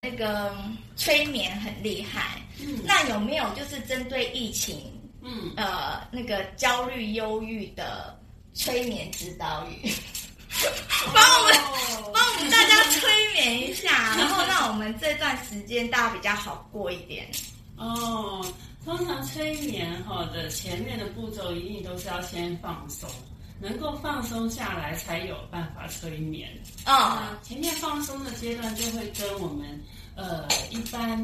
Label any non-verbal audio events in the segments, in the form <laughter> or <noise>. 那个催眠很厉害。嗯那有没有就是针对疫情，嗯，呃，那个焦虑、忧郁的催眠指导 <laughs> 语，帮我们们帮我们大家催眠一下，然后让我们这段时间大家比较好过一点。哦，通常催眠哈的前面的步骤一定都是要先放松，能够放松下来才有办法催眠。嗯啊，前面放松的阶段就会跟我们呃一般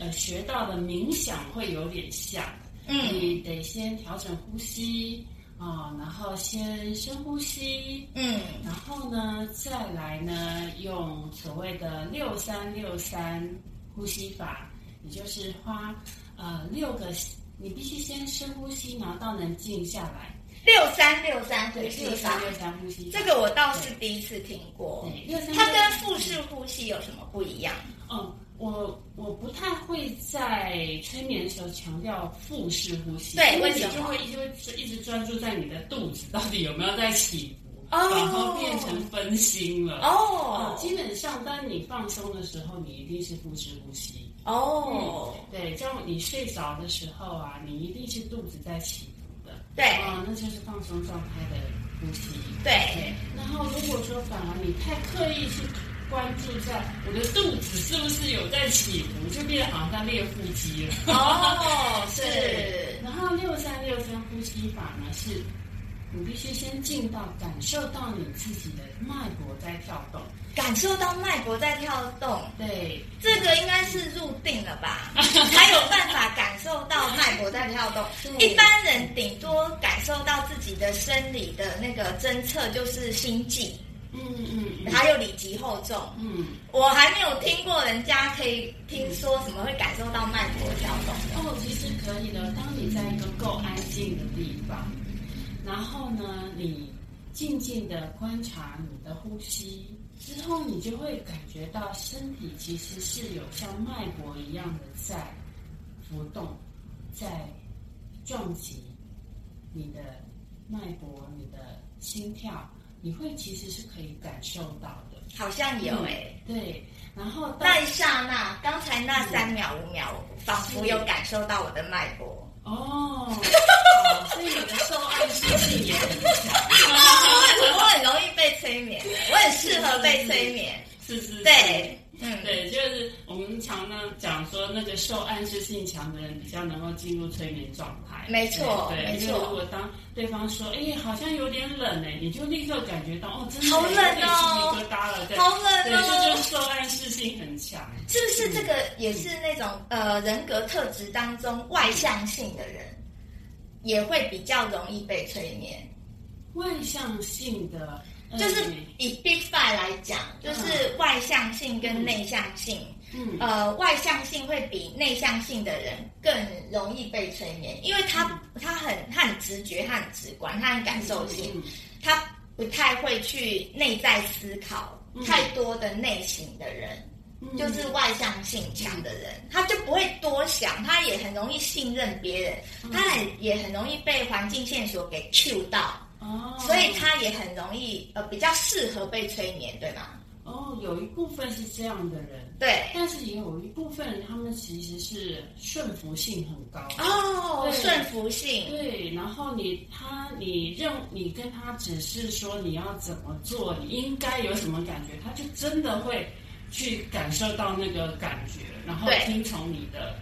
呃学到的冥想会有点像，嗯你得先调整呼吸啊、然后先深呼吸，嗯然后呢再来呢用所谓的六三六三呼吸法，也就是花呃六个，你必须先深呼吸，然后到能静下来，六三六三呼对，吸六法三，六三呼吸法这个我倒是第一次听过。对六三它跟腹式呼吸有什么不一样？哦，我我不太会在催眠的时候强调腹式呼吸，对因为为你什么就会一直会一直专注在你的肚子到底有没有在起伏，哦然后变成分心了。哦基本上，当你放松的时候，你一定是腹式呼吸。哦，对，这样你睡着的时候啊，你一定是肚子在起伏的。对啊、那就是放松状态的呼吸。嗯对，然后如果说反而你太刻意去关注在我的肚子是不是有在起伏，就变得好像在练腹肌了。 <laughs> 哦是对然后六三六三呼吸法呢是，你必须先进到感受到你自己的脉搏在跳动。感受到脉搏在跳动，对，这个应该是入定了吧，才有办法感受到脉搏在跳动。对一般人顶多感受到自己的生理的那个侦测就是心悸，嗯嗯嗯还有里脊厚重。嗯。我还没有听过人家可以听说什么会感受到脉搏跳动的。哦，其实可以的。当你在一个够安静的地方，然后呢，你静静的观察你的呼吸之后，你就会感觉到身体其实是有像脉搏一样的在浮动，在撞击你的脉搏、你的心跳，你会其实是可以感受到的。好像有诶、嗯对，然后到那一刹那，刚才那三秒五秒，仿佛有感受到我的脉搏。哦，哦所以你的受暗示性也很啊强，我很容易被催眠，我很适合被催眠。是是，是对，嗯，对，就是我们常常讲说，那个受暗示性强的人比较能够进入催眠状态。没错对，没因为错如果当对方说，哎，好像有点冷哎，你就立刻感觉到，哦，真的好冷哦有点鸡皮疙瘩了，对，好冷对，这就哦是。受暗示性很强。是不是这个也是那种呃人格特质当中外向性的人，也会比较容易被催眠？外向性的，呃就是以 Big Five 来讲，就是外向性跟内向性，嗯，呃，外向性会比内向性的人更容易被催眠，因为嗯他他很他很直觉，他很直观，他很感受性，嗯他不太会去内在思考嗯太多的内省的人，嗯就是外向性强的人，他就不会多想，他也很容易信任别人，嗯他很也很容易被环境线索给 cue 到。哦，所以他也很容易呃比较适合被催眠，对吗？哦，有一部分是这样的人。对。但是也有一部分人，他们其实是顺服性很高。哦，对顺服性，对，然后你他你认你跟他只是说你要怎么做，你应该有什么感觉，他就真的会去感受到那个感觉，然后对听从你的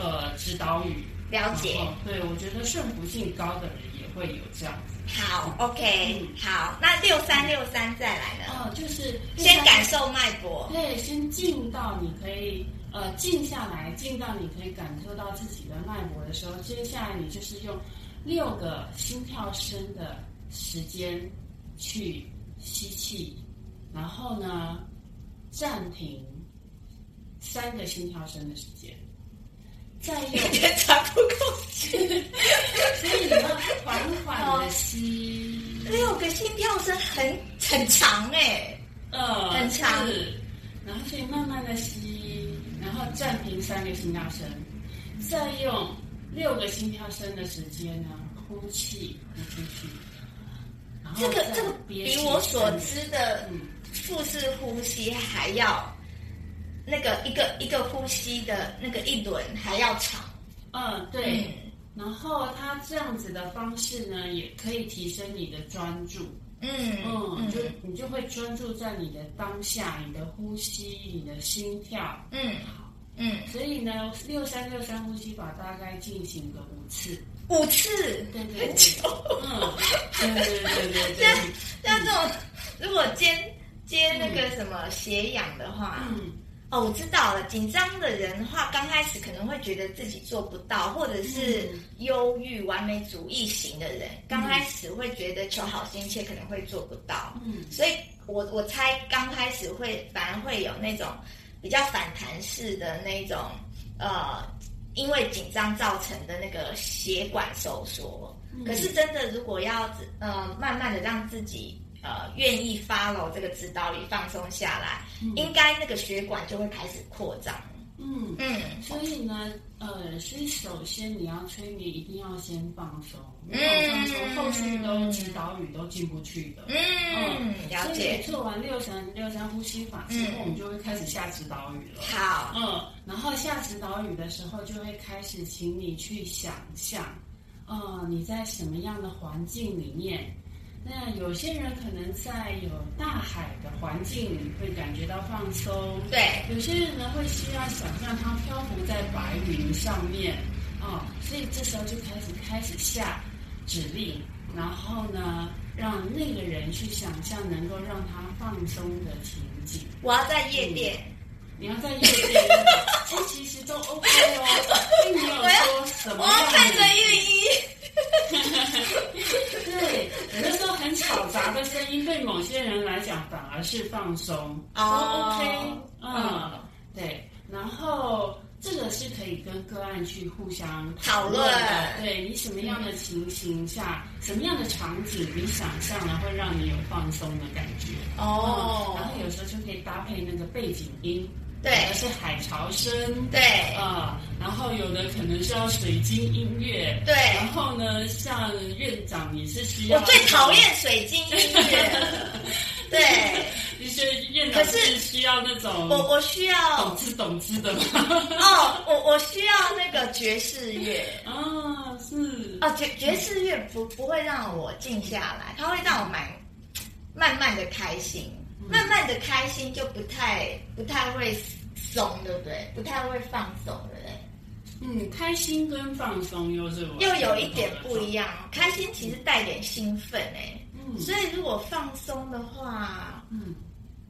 呃指导语。了解。然后对，我觉得顺服性高的人也会有这样子。好，OK，好，那六三六三再来呢？嗯哦，就是嗯先感受脉搏，对，先静到你可以呃静下来，静到你可以感受到自己的脉搏的时候，接下来你就是用六个心跳声的时间去吸气，然后呢暂停三个心跳声的时间，再用天喘不过气，所以你要缓缓的吸，六个心跳声很很长哎，呃，很长是，然后所以慢慢的吸，然后暂停三个心跳声，再用六个心跳声的时间呢，呼气呼出去，然后这个再这个哦憋比气我所三个知的嗯腹式呼吸还要那个一个一个呼吸的那个一轮还要长。嗯，对。然后它这样子的方式呢，也可以提升你的专注。嗯嗯，就你就会专注在你的当下、你的呼吸、你的心跳。嗯嗯，所以呢，六三六三呼吸法大概进行个五次。五次，嗯对对很对。久。嗯，对对对对对。像这种如果接接那个什么血氧的话，嗯，哦，我知道了。紧张的人的话，刚开始可能会觉得自己做不到，或者是嗯忧郁、完美主义型的人，刚开始会觉得求好心切，可能会做不到。嗯所以我我猜刚开始会反而会有那种比较反弹式的那种呃，因为紧张造成的那个血管收缩。嗯可是真的，如果要自呃慢慢的让自己呃愿意 follow 这个指导理放松下来，嗯应该那个血管就会开始扩张。嗯。嗯所以呢，呃，所以首先你要催眠，一定要先放松，嗯没有放松，后续都指导语都进不去的。嗯，了解。哦所以做完六神六三呼吸法之后，嗯我们就会开始下指导语了。好，嗯，然后下指导语的时候，就会开始请你去想象，呃，你在什么样的环境里面。那有些人可能在有大海的环境里会感觉到放松，对，有些人呢会需要想象它漂浮在白云上面，啊、所以这时候就开始开始下指令，然后呢，让那个人去想象能够让他放松的情景。我要在夜店，你要在夜店，这其实都 OK 哦，并没有说什我么要样穿着的。浴衣。对，有的时候很吵杂的声音，对某些人来讲反而是放松，都哦 OK，嗯嗯，对，然后。这个是可以跟个案去互相的讨论对你什么样的情形下，什么样的场景，你想象了会让你有放松的感觉。哦嗯然后有时候就可以搭配那个背景音，对有的是海潮声，对啊、然后有的可能是要水晶音乐，嗯对然后呢，像院长你是需要，我最讨，厌水晶音乐。对，你是院长可是是需要那种我我需要懂之懂之的吗？哦，我我需要那个爵士乐。 <laughs> 啊，是，哦，爵爵士乐不不会让我静下来，它会让我蛮慢慢的开心，慢慢的开心就不太不太会松，对不对？不太会放松，对不对？嗯，开心跟放松又是我又有一点不一样，样哦，开心其实带点兴奋哎、嗯所以如果放松的话，嗯，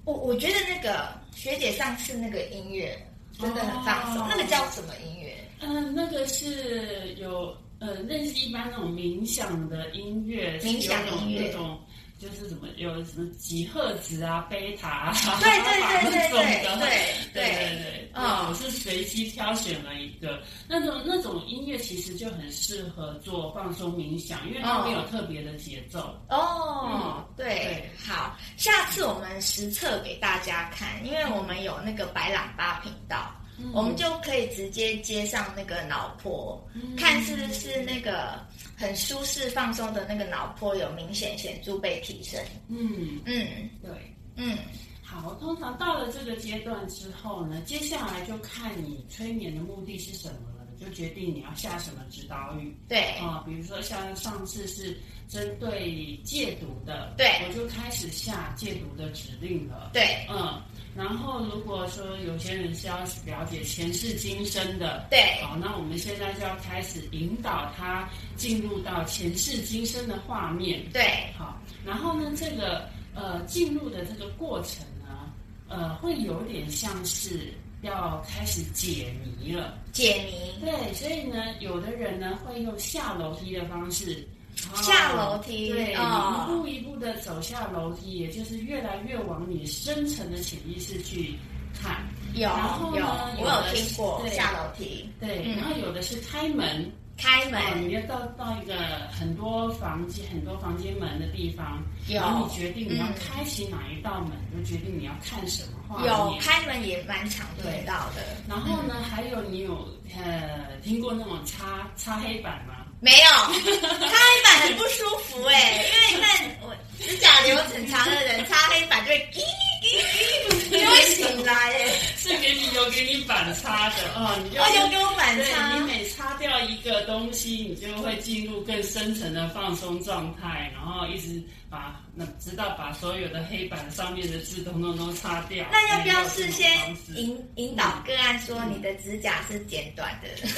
我我觉得那个学姐上次那个音乐真的很放松，哦那个叫什么音乐？嗯，那个是有呃，那是一般那种冥想的音乐，是冥想有那种音乐那种就是什么有什么几赫兹啊、贝塔啊，对对对对 <laughs> 对那种的对对对，对，嗯嗯，我是随机挑选了一个那种那种音乐，其实就很适合做放松冥想，因为它没有特别的节奏。哦嗯，对对，好，下次我们实测给大家看，因为我们有那个白朗巴频道，嗯我们就可以直接接上那个脑波，嗯看是不是那个很舒适放松的那个脑波有明显显著被提升。嗯，嗯对。嗯，好，通常到了这个阶段之后呢，接下来就看你催眠的目的是什么了，就决定你要下什么指导语嗯对，啊、比如说像上次是针对戒毒的，对我就开始下戒毒的指令了。对嗯，然后如果说有些人是要了解前世今生的，对，好，那我们现在就要开始引导他进入到前世今生的画面。对，好，然后呢，这个呃进入的这个过程呢，呃，会有点像是要开始解谜了。解谜，对，所以呢，有的人呢会用下楼梯的方式。下楼梯对，哦你一步一步的走下楼梯，也就是越来越往你深层的潜意识去看。有然后呢有，有我有的听是过对下楼梯，对，嗯然后有的是开门，开哦，门你要到到一个很多房间、很多房间门的地方，有然后你决定你要嗯开启哪一道门，就决定你要看什么画有面。开门也蛮常听对到的，然后呢，还有你有呃听过那种擦擦黑板吗？没有， <laughs> 擦黑板很不舒服哎、 <laughs> 因为你看我指甲留很长的人擦黑板就会叽叽叽，就会醒来耶，是给你有给你反差的哦，你就哦，有给我反对你差，每擦掉一个东西，你就会进入更深层的放松状态，然后一直把那直到把所有的黑板上面的字通通都擦掉。那要不要事先对引引导个案说你的指甲是剪短的？ <laughs>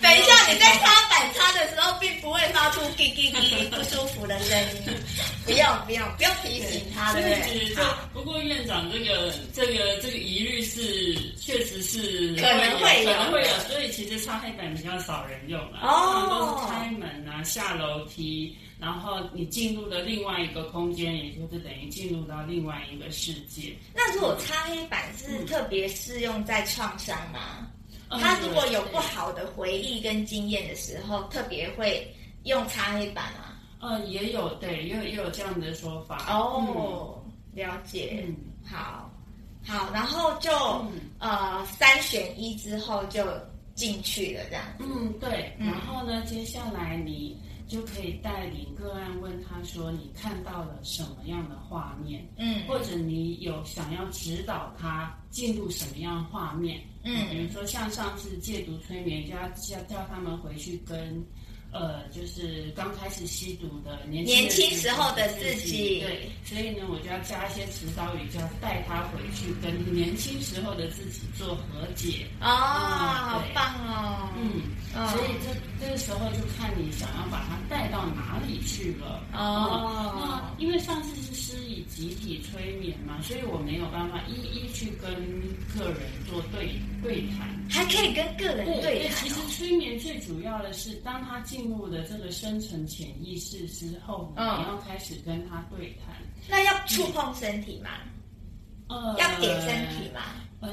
等一下你在擦板擦的时候，并不会发出叽叽叽不舒服的声音。不要不要不要提醒他，所对以不其实对？就好不过院长这个这个这个疑虑是，确实是可能会有可能会有，所以其实擦黑板比较少人用了，哦通常都是开门啊、下楼梯，然后你进入了另外一个空间，也就是等于进入到另外一个世界。那如果擦黑板是特别适用在创伤吗？嗯他如果有不好的回忆跟经验的时候，特别会用擦黑板啊？呃，也有对，也有也有这样的说法。哦，了嗯，解。嗯，好，好，然后就、嗯呃三选一之后就进去了这样。嗯，对。嗯然后呢，接下来你就可以带领个案问他说，你看到了什么样的画面，嗯或者你有想要指导他进入什么样的画面。比嗯如说像上次戒毒催眠，就要叫叫他们回去跟。呃，就是刚开始吸毒的年年轻时候的自自己对，所以呢，我就要加一些指导语，就要带他回去跟年轻时候的自己做和解。哦，好对棒哦。嗯，嗯所以这这个时候就看你想要把它带到哪里去了。哦那啊因为上次是施以集体催眠嘛，所以我没有办法一一去跟个人做对对谈。还可以跟个人对谈其实哦。催眠最主要的是，当他进入了这个深层潜意识之后，你嗯要开始跟他对谈。那要触碰身体吗？呃，要点身体吗？嗯、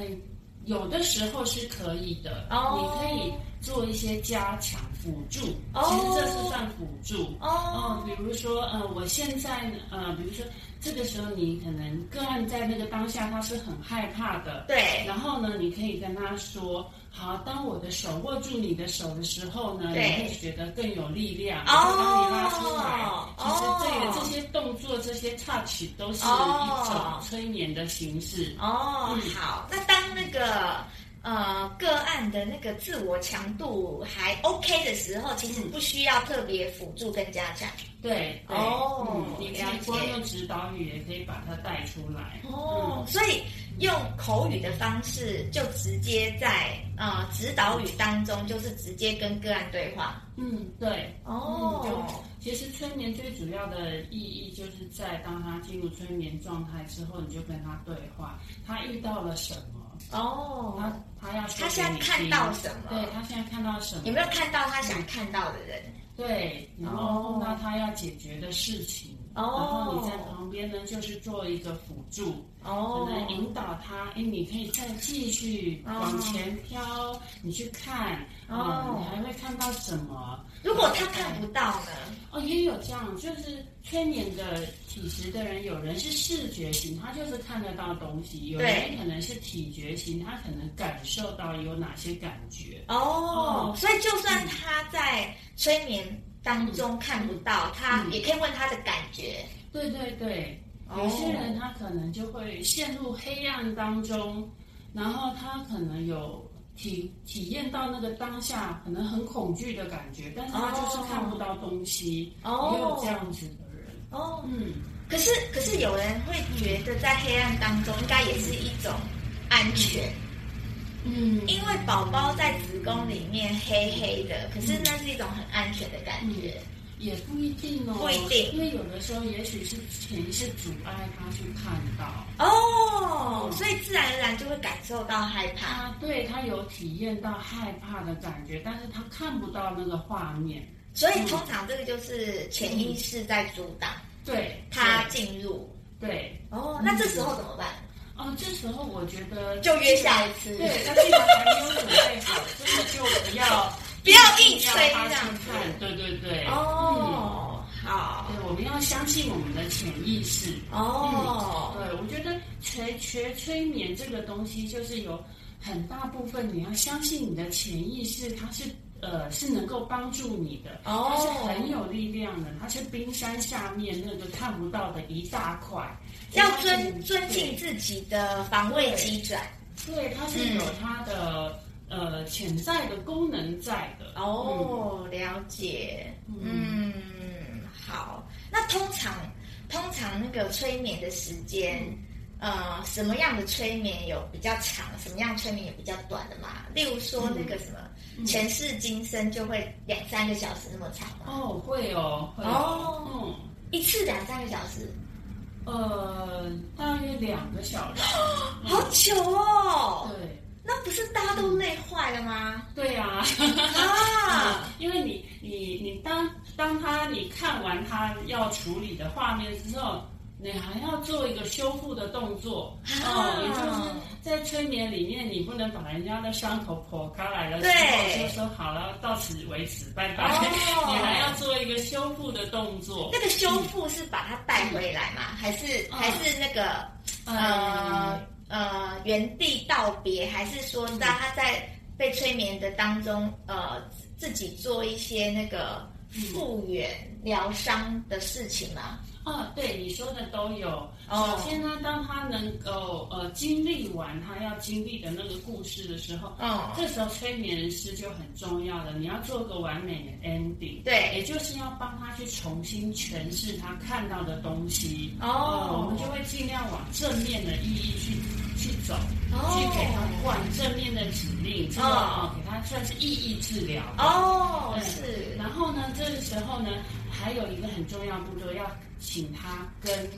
有的时候是可以的，哦你可以做一些加强辅助，哦其实这是算辅助。哦，哦，比如说，呃，我现在，呃，比如说，这个时候你可能个案在那个当下他是很害怕的，对，然后呢，你可以跟他说，好，当我的手握住你的手的时候呢，你对会觉得更有力量，我哦会帮你拉出来。其实这个、哦这些动作、这些 touch 都是一哦种催眠的形式。哦，嗯好。那当那个呃个案的那个自我强度还 OK 的时候，其实不需要特别辅助跟加强。对，对哦嗯你可了以解光用指导语也可以把它带出来。哦，所以用口语的方式，就直接在呃指导语当中，就是直接跟个案对话。嗯，对。哦，其实催眠最主要的意义，就是在当他进入催眠状态之后，你就跟他对话，他遇到了什么，哦，他他要说他现给在你看听到什对么？他现在看到什么？有没有看到他想看到的人？对，然后碰到他要解决的事情，然后你在哦，旁边呢，就是做一个辅助，可能哦，引导他，哎，你可以再继续往前飘，你去看，哦嗯你还会看到什么？如果他看不到呢？哦，也有这样，就是催眠的体质的人，有人是视觉型，他就是看得到东西；有人可能是体觉型，他可能感受到有哪些感觉。哦，所以就算他在催眠当中看不到，他也可以问他的感觉。对对对，嗯有些哦啊人他可能就会陷入黑暗当中，然后他可能有体体验到那个当下可能很恐惧的感觉，但是他就是看不到东西，也有哦这样子的人。哦，嗯，可是，可是有人会觉得在黑暗当中应该也是一种安全，嗯因为宝宝在子宫里面黑黑的，可是那是一种很安全的感觉。也不一定哦，不一定因为有的时候也许是潜意识阻碍他去看啊到，哦，所以自然而然就会感受到害怕。他对他有体验到害怕的感觉，但是他看不到那个画面，所以通常这个就是潜意识在阻挡对他进入。对对哦，那这时候怎么办？哦，这时候我觉得就约下一次。对，他既然还没有准备好，真的就不要 <laughs> 不要硬要吹他这样去子看，对对对，哦，好嗯，。对，我们要相信我们的潜意识，哦，对，我觉得催催催眠这个东西，就是有很大部分你要相信你的潜意识，它是呃，是能够帮助你的，哦它是很有力量的，它是冰山下面那个看不到的一大块，要它是尊尊敬自己的防卫机啊转。对，它是有它的、呃潜在的功能在的。嗯哦，了解。嗯，好。那通常通常那个催眠的时间，呃，什么样的催眠有比较长，什么样催眠有比较短的嘛？例如说那个什么、前世今生就会两三个小时那么长嗯，吗？哦，会哦，会哦哦，一次两三个小时，嗯，呃，大约两个小时。好久哦。对，那不是大家都累坏了吗？对啊。啊，啊，因为你你你当当他你看完他要处理的画面之后，你还要做一个修复的动作，啊哦，也就是在催眠里面，你不能把人家的伤口剖开来了之对后就说好了，到此为止，拜拜，哦 <laughs> 你还要做一个修复的动作那，个修复是把它带回来吗？还是还是那个哎呃呃原地道别，还是说让他在被催眠的当中呃自己做一些那个复原疗伤的事情吗？哦，对，你说的都有。哦首先呢，当他能够呃经历完他要经历的那个故事的时候，嗯，这时候催眠师就很重要了，你要做个完美的 ending，嗯对也就是要帮他去重新诠释他看到的东西。呃哦我们就会尽量往正面的意义去去走，哦去给他灌正面的指令，这个哦哦，给他算是意义治疗。哦，对是然后呢，这个时候呢，还有一个很重要步骤，要请他跟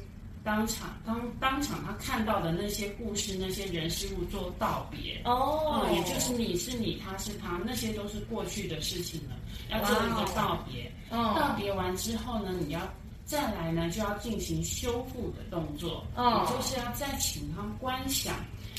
当场当当场他看到的那些故事、那些人事物做道别。哦哦，，也就是你是你，他是他，那些都是过去的事情了，要做一个道别。嗯道别完之后呢，你要再来呢，就要进行修复的动作。哦也就是要再请他观想，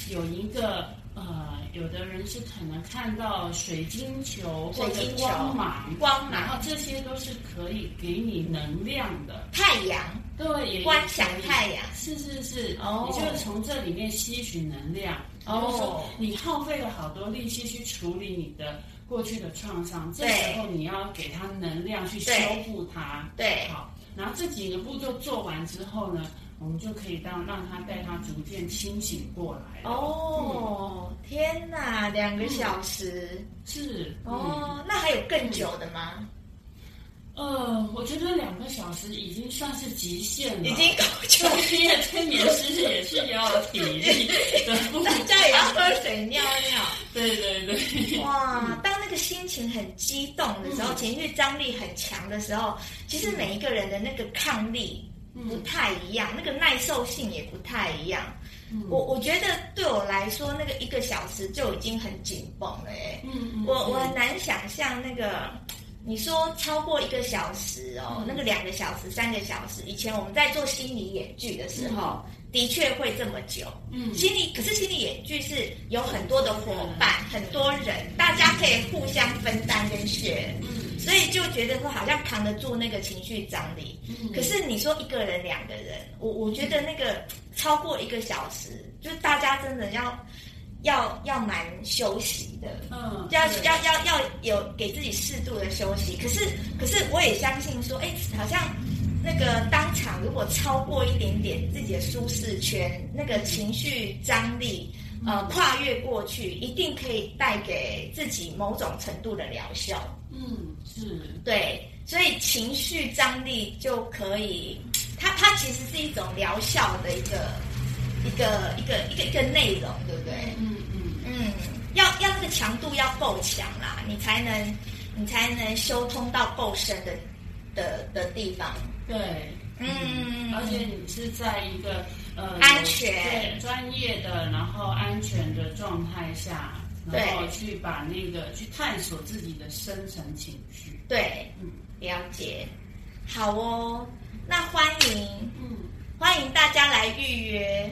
有一个呃，有的人是可能看到水晶球或水者晶球光芒，嗯光然芒后这些都是可以给你能量的。太阳对，也观想可以太阳是是是，哦你就是从这里面吸取能量。哦就是说你耗费了好多力气去处理你的过去的创伤，这对时候你要给它能量去修对复它。对好，然后这几个步骤做完之后呢，我们就可以让让他带他逐渐清醒过来。，哦，嗯天哪，两个小时。是，哦，那还有更久的吗？嗯，呃，我觉得两个小时已经算是极限了，已 <laughs> 经够久就了，因为催眠师也是要有体力的部大 <laughs> 分，家也要喝水尿尿。对对对，哇，当那个心情很激动的时候，嗯情绪张力很强的时候，其实每一个人的那个抗力嗯不太一样，那个耐受性也不太一样。嗯我我觉得对我来说，那个一个小时就已经很紧绷了哎。嗯嗯，我我很难想象那个，你说超过一个小时哦，那个两个小时、三个小时，以前我们在做心理演剧的时候，的确会这么久。嗯心理可是心理演剧是有很多的伙伴，很多人，大家可以互相分担跟学，嗯所以就觉得说好像扛得住那个情绪张力。嗯可是你说一个人、两个人，我我觉得那个超过一个小时，就大家真的要要要蛮休息的。嗯，要对啊要要要有给自己适度的休息。可是可是我也相信说，哎，好像那个当场如果超过一点点自己的舒适圈，那个情绪张力。呃，跨越过去一定可以带给自己某种程度的疗效，嗯是，对，所以情绪张力就可以，它它其实是一种疗效的一个一个一个一个一个内容，对不对？嗯嗯嗯，要要那个强度要够强啦，你才能你才能修通到够深的的的地方。对，嗯而且你是在一个呃安全对专业的，然后安全的状态下，对然后去把那个去探索自己的深层情绪，对，嗯了解。好哦，那欢迎嗯欢迎大家来预约。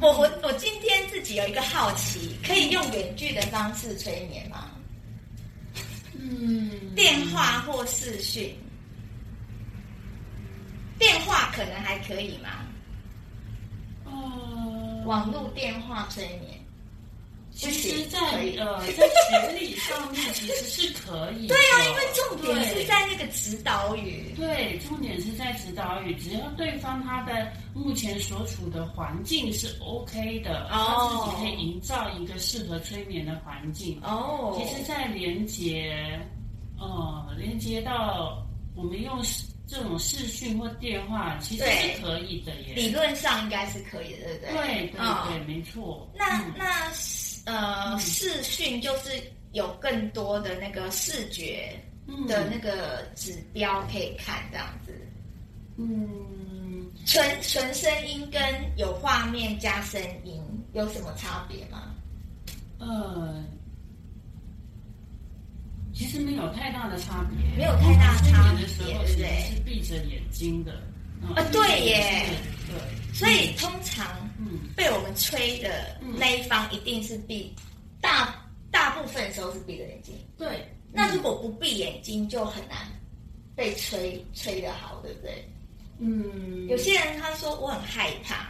我我我今天自己有一个好奇，可以用远距的方式催眠吗？嗯电话或视讯？电话可能还可以吗？呃网络电话催眠？不其实行，在，可以。呃，在学理上面其实是可以的。对啊，因为重点是对在那个指导语。对，重点是在指导语，只要对方他的目前所处的环境是 OK 哦的，他自己可以营造一个适合催眠的环境。哦，其实，在连接，呃，连接到我们用视这种视讯或电话，其实对是可以的耶。理论上应该是可以的，对不对对？对对，嗯没错。那嗯那呃，视讯就是有更多的那个视觉嗯的那个指标可以看，这样子。嗯，纯纯声音跟有画面加声音有什么差别吗？呃，其实没有太大的差别，没有太大差别的时候对不其对实是闭着眼睛的。嗯啊对耶，闭着眼睛的所以通常对，嗯，被我们吹的那一方一定是闭，大大部分时候是闭着眼睛。对。那如果不闭眼睛，就很难被吹吹得好，对不对？嗯，有些人他说我很害怕，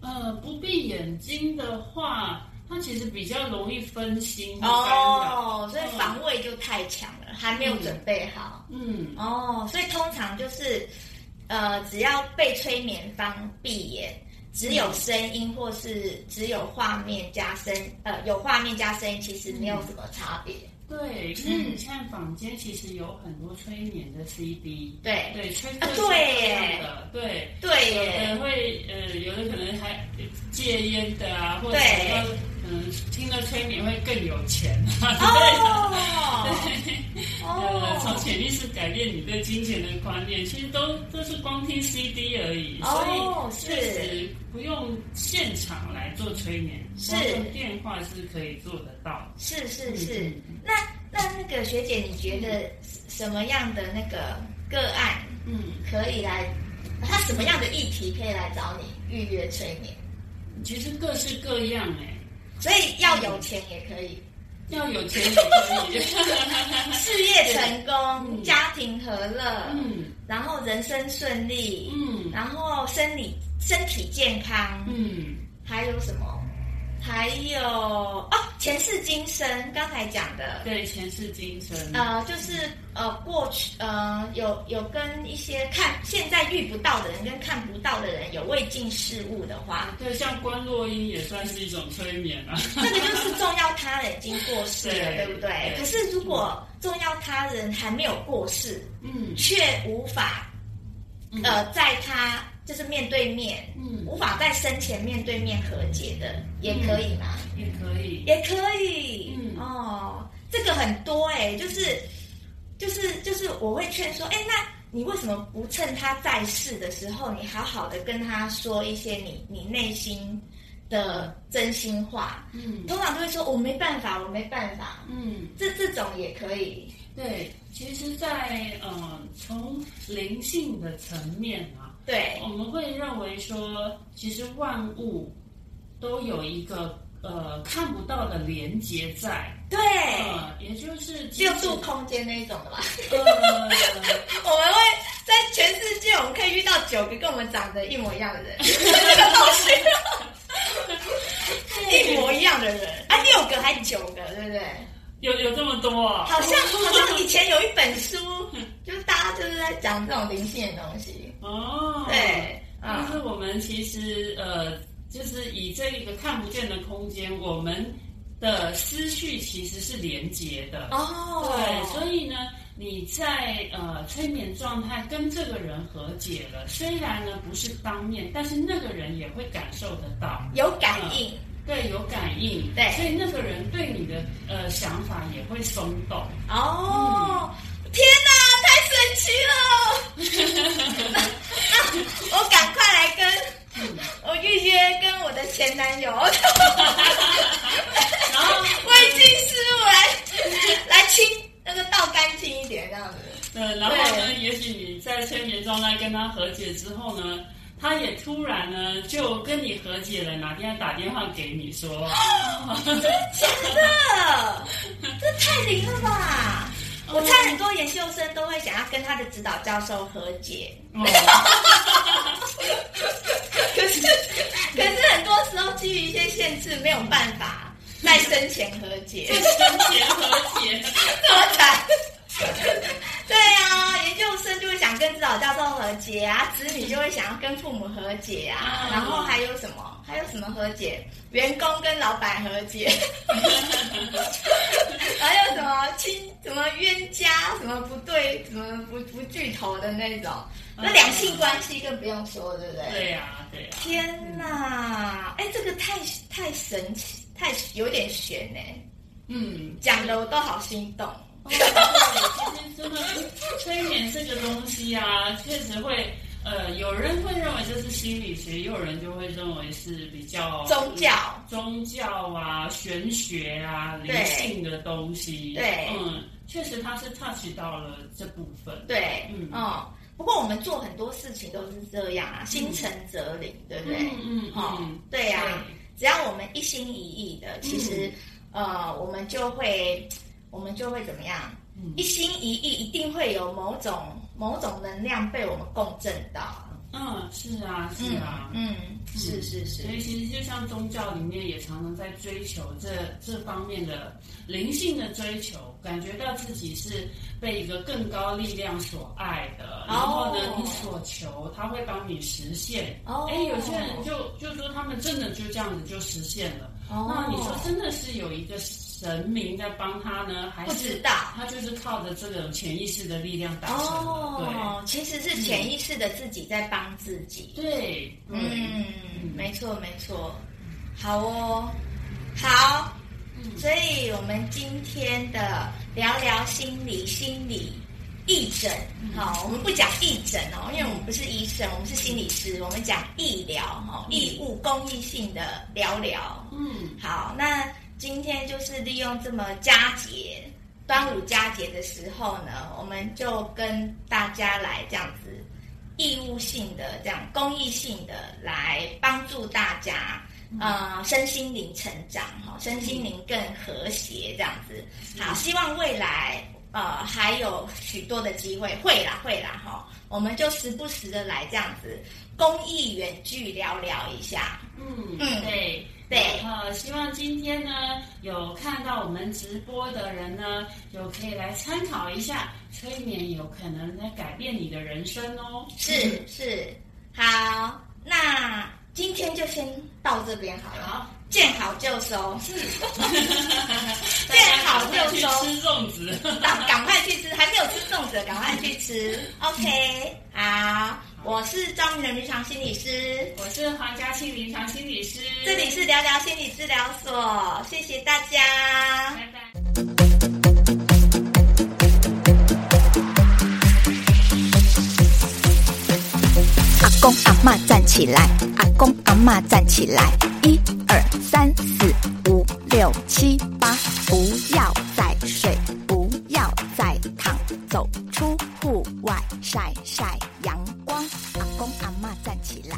呃，不闭眼睛的话，它其实比较容易分心和干扰。哦，所以防卫就太强了，还没有准备好。嗯，哦，所以通常就是，呃，只要被催眠方闭眼，只有声音或是只有画面加声，呃，有画面加声音，其实没有什么差别。对，因嗯为你看坊间其实有很多催眠的 CD，对对，催眠啊对是这耶样的，对。对有的耶，会呃，有的可能还戒烟的啊，或者对说嗯，听了催眠会更有钱啊 <laughs> 之类的。哦 <laughs> 呃，从哦潜意识改变你对金钱的观念，其实都都是光听 CD 而已，哦所以确实不用现场来做催眠，是光用电话是可以做得到。是是是嗯。那那那个学姐，你觉得什么样的那个个案？嗯，可以来，他什么样的议题可以来找你预约催眠？其实各式各样哎、所以要有钱也可以，要有钱也可以。 <laughs> 事业成功，嗯家庭和乐，嗯然后人生顺利，嗯然后生理身体健康，嗯，还有什么？还有哦，前世今生，刚才讲的，对，前世今生。呃，就是呃过去呃有有跟一些看现在遇不到的人跟看不到的人有未尽事物的话， <laughs> 对，像关洛音也算是一种催眠啊。这个就是重要他人已经过世了，对对不对？对可是如果重要他人还没有过世，嗯却无法嗯呃在他就是面对面，嗯，无法在生前面对面和解的，也可以吗？也可以。也可以，嗯哦，这个很多哎、就是就是就是我会劝说，哎，那你为什么不趁他在世的时候，你好好的跟他说一些你你内心的真心话？嗯通常都会说我没办法，我没办法，嗯。这这种也可以。对，其实在，呃从灵性的层面啊，对，我们会认为说，其实万物都有一个呃看不到的连接在，对，呃，也就是只即有使度空间那一种的吧。呃，我们会在全世界，我们可以遇到九个跟我们长得一模一样的 <laughs> 人，这个东西一模一样的人 <laughs> 啊，六个还九个，对不对？有有这么多啊，好像好像以前有一本书，哦 <laughs> 就是大家就是在讲这种灵性的东西。哦，对，但嗯，是我们其实呃，就是以这一个看不见的空间，我们的思绪其实是连接的。哦，对，所以呢，你在呃催眠状态跟这个人和解了，虽然呢不是当面，但是那个人也会感受得到，有感应，对，有感应，对所以那个人对你的呃想法也会松 <laughs> 动。哦，天 <laughs> 哪，太神奇了！那我赶快来跟我预约跟我的前男友，然 <laughs> 后，未尽事物来来清那个倒干净一点这样子。呃，然后呢，也许你在催眠状态跟他和解之后呢。他也突然呢，就跟你和解了，哪天打电话给你说，真的，这太灵了吧！我猜很多研究生都会想要跟他的指导教授和解，哦，可是，可是很多时候基于一些限制没有办法，在生前和解，生前和解，多惨。 <laughs> 对啊，研究生就会想跟指导教授和解啊，子女就会想要跟父母和解啊，嗯然后还有什么？还有什么和解？员工跟老板和解，还有什么亲什么冤家，什么不对，什么不不聚头的那种，那两性关系更不用说，对不对？对呀，对呀，天呐，哎，这个太太神奇，太有点悬呢、嗯，讲的我都好心动。对其实真的催眠这个东西啊，确实会。呃，有人会认为这是心理学，也有人就会认为是比较宗教、宗教啊、玄学啊、灵对性的东西。对嗯，确实它是 touch 到了这部分。对，嗯嗯不过我们做很多事情都是这样啊，心诚则灵，对不对？嗯嗯哦嗯，对呀、对嗯只要我们一心一意的，其实、呃，我们就会，我们就会怎么样？嗯一心一意，一定会有某种某种能量被我们共振到。嗯，是啊，是啊。嗯，是是是所，以其实就像宗教里面也常常在追求这这方面的灵性的追求，感觉到自己是被一个更高力量所爱的，然后呢哦，你所求他会帮你实现。哦哎，有些人就就说他们真的就这样子就实现了。哦那你说真的是有一个神明在帮他呢，还不知是道。他就是靠着这种潜意识的力量达成的？哦，其实是潜意识的自己在帮自己。对对对，嗯，没错没错，好哦，好，哦所以我们今天的聊聊心理心理义诊，好、我们不讲义诊哦，因为我们不是医生，我们是心理师，我们讲义疗哈、哦，义务公益性的聊聊。嗯好，那今天就是利用这么佳节。端午佳节的时候呢，我们就跟大家来这样子义务性的、这样公益性的来帮助大家，呃，身心灵成长哈，身心灵更和谐这样子。好，希望未来呃还有许多的机会，会啦会啦哈，我们就时不时的来这样子公益远距聊聊一下。嗯，嗯对。对然后希望今天呢，有看到我们直播的人呢，就可以来参考一下，催眠有可能来改变你的人生哦。是是，好，那今天就先到这边好了，好，见好就收， <laughs> 大见家好赶快就去收。吃粽子。 <laughs> 赶赶快去吃，还没有吃粽子，赶快去吃。OK，好，我是张明仁临床心理师，我是黄嘉庆临床心理师，这里是聊聊心理治疗所，谢谢大家。拜拜。阿公阿嬷站起来，阿公阿嬷站起来，一二三四五六七八，不要再睡，不要再躺，走出户外晒晒阳光。阿公阿嬷站起来，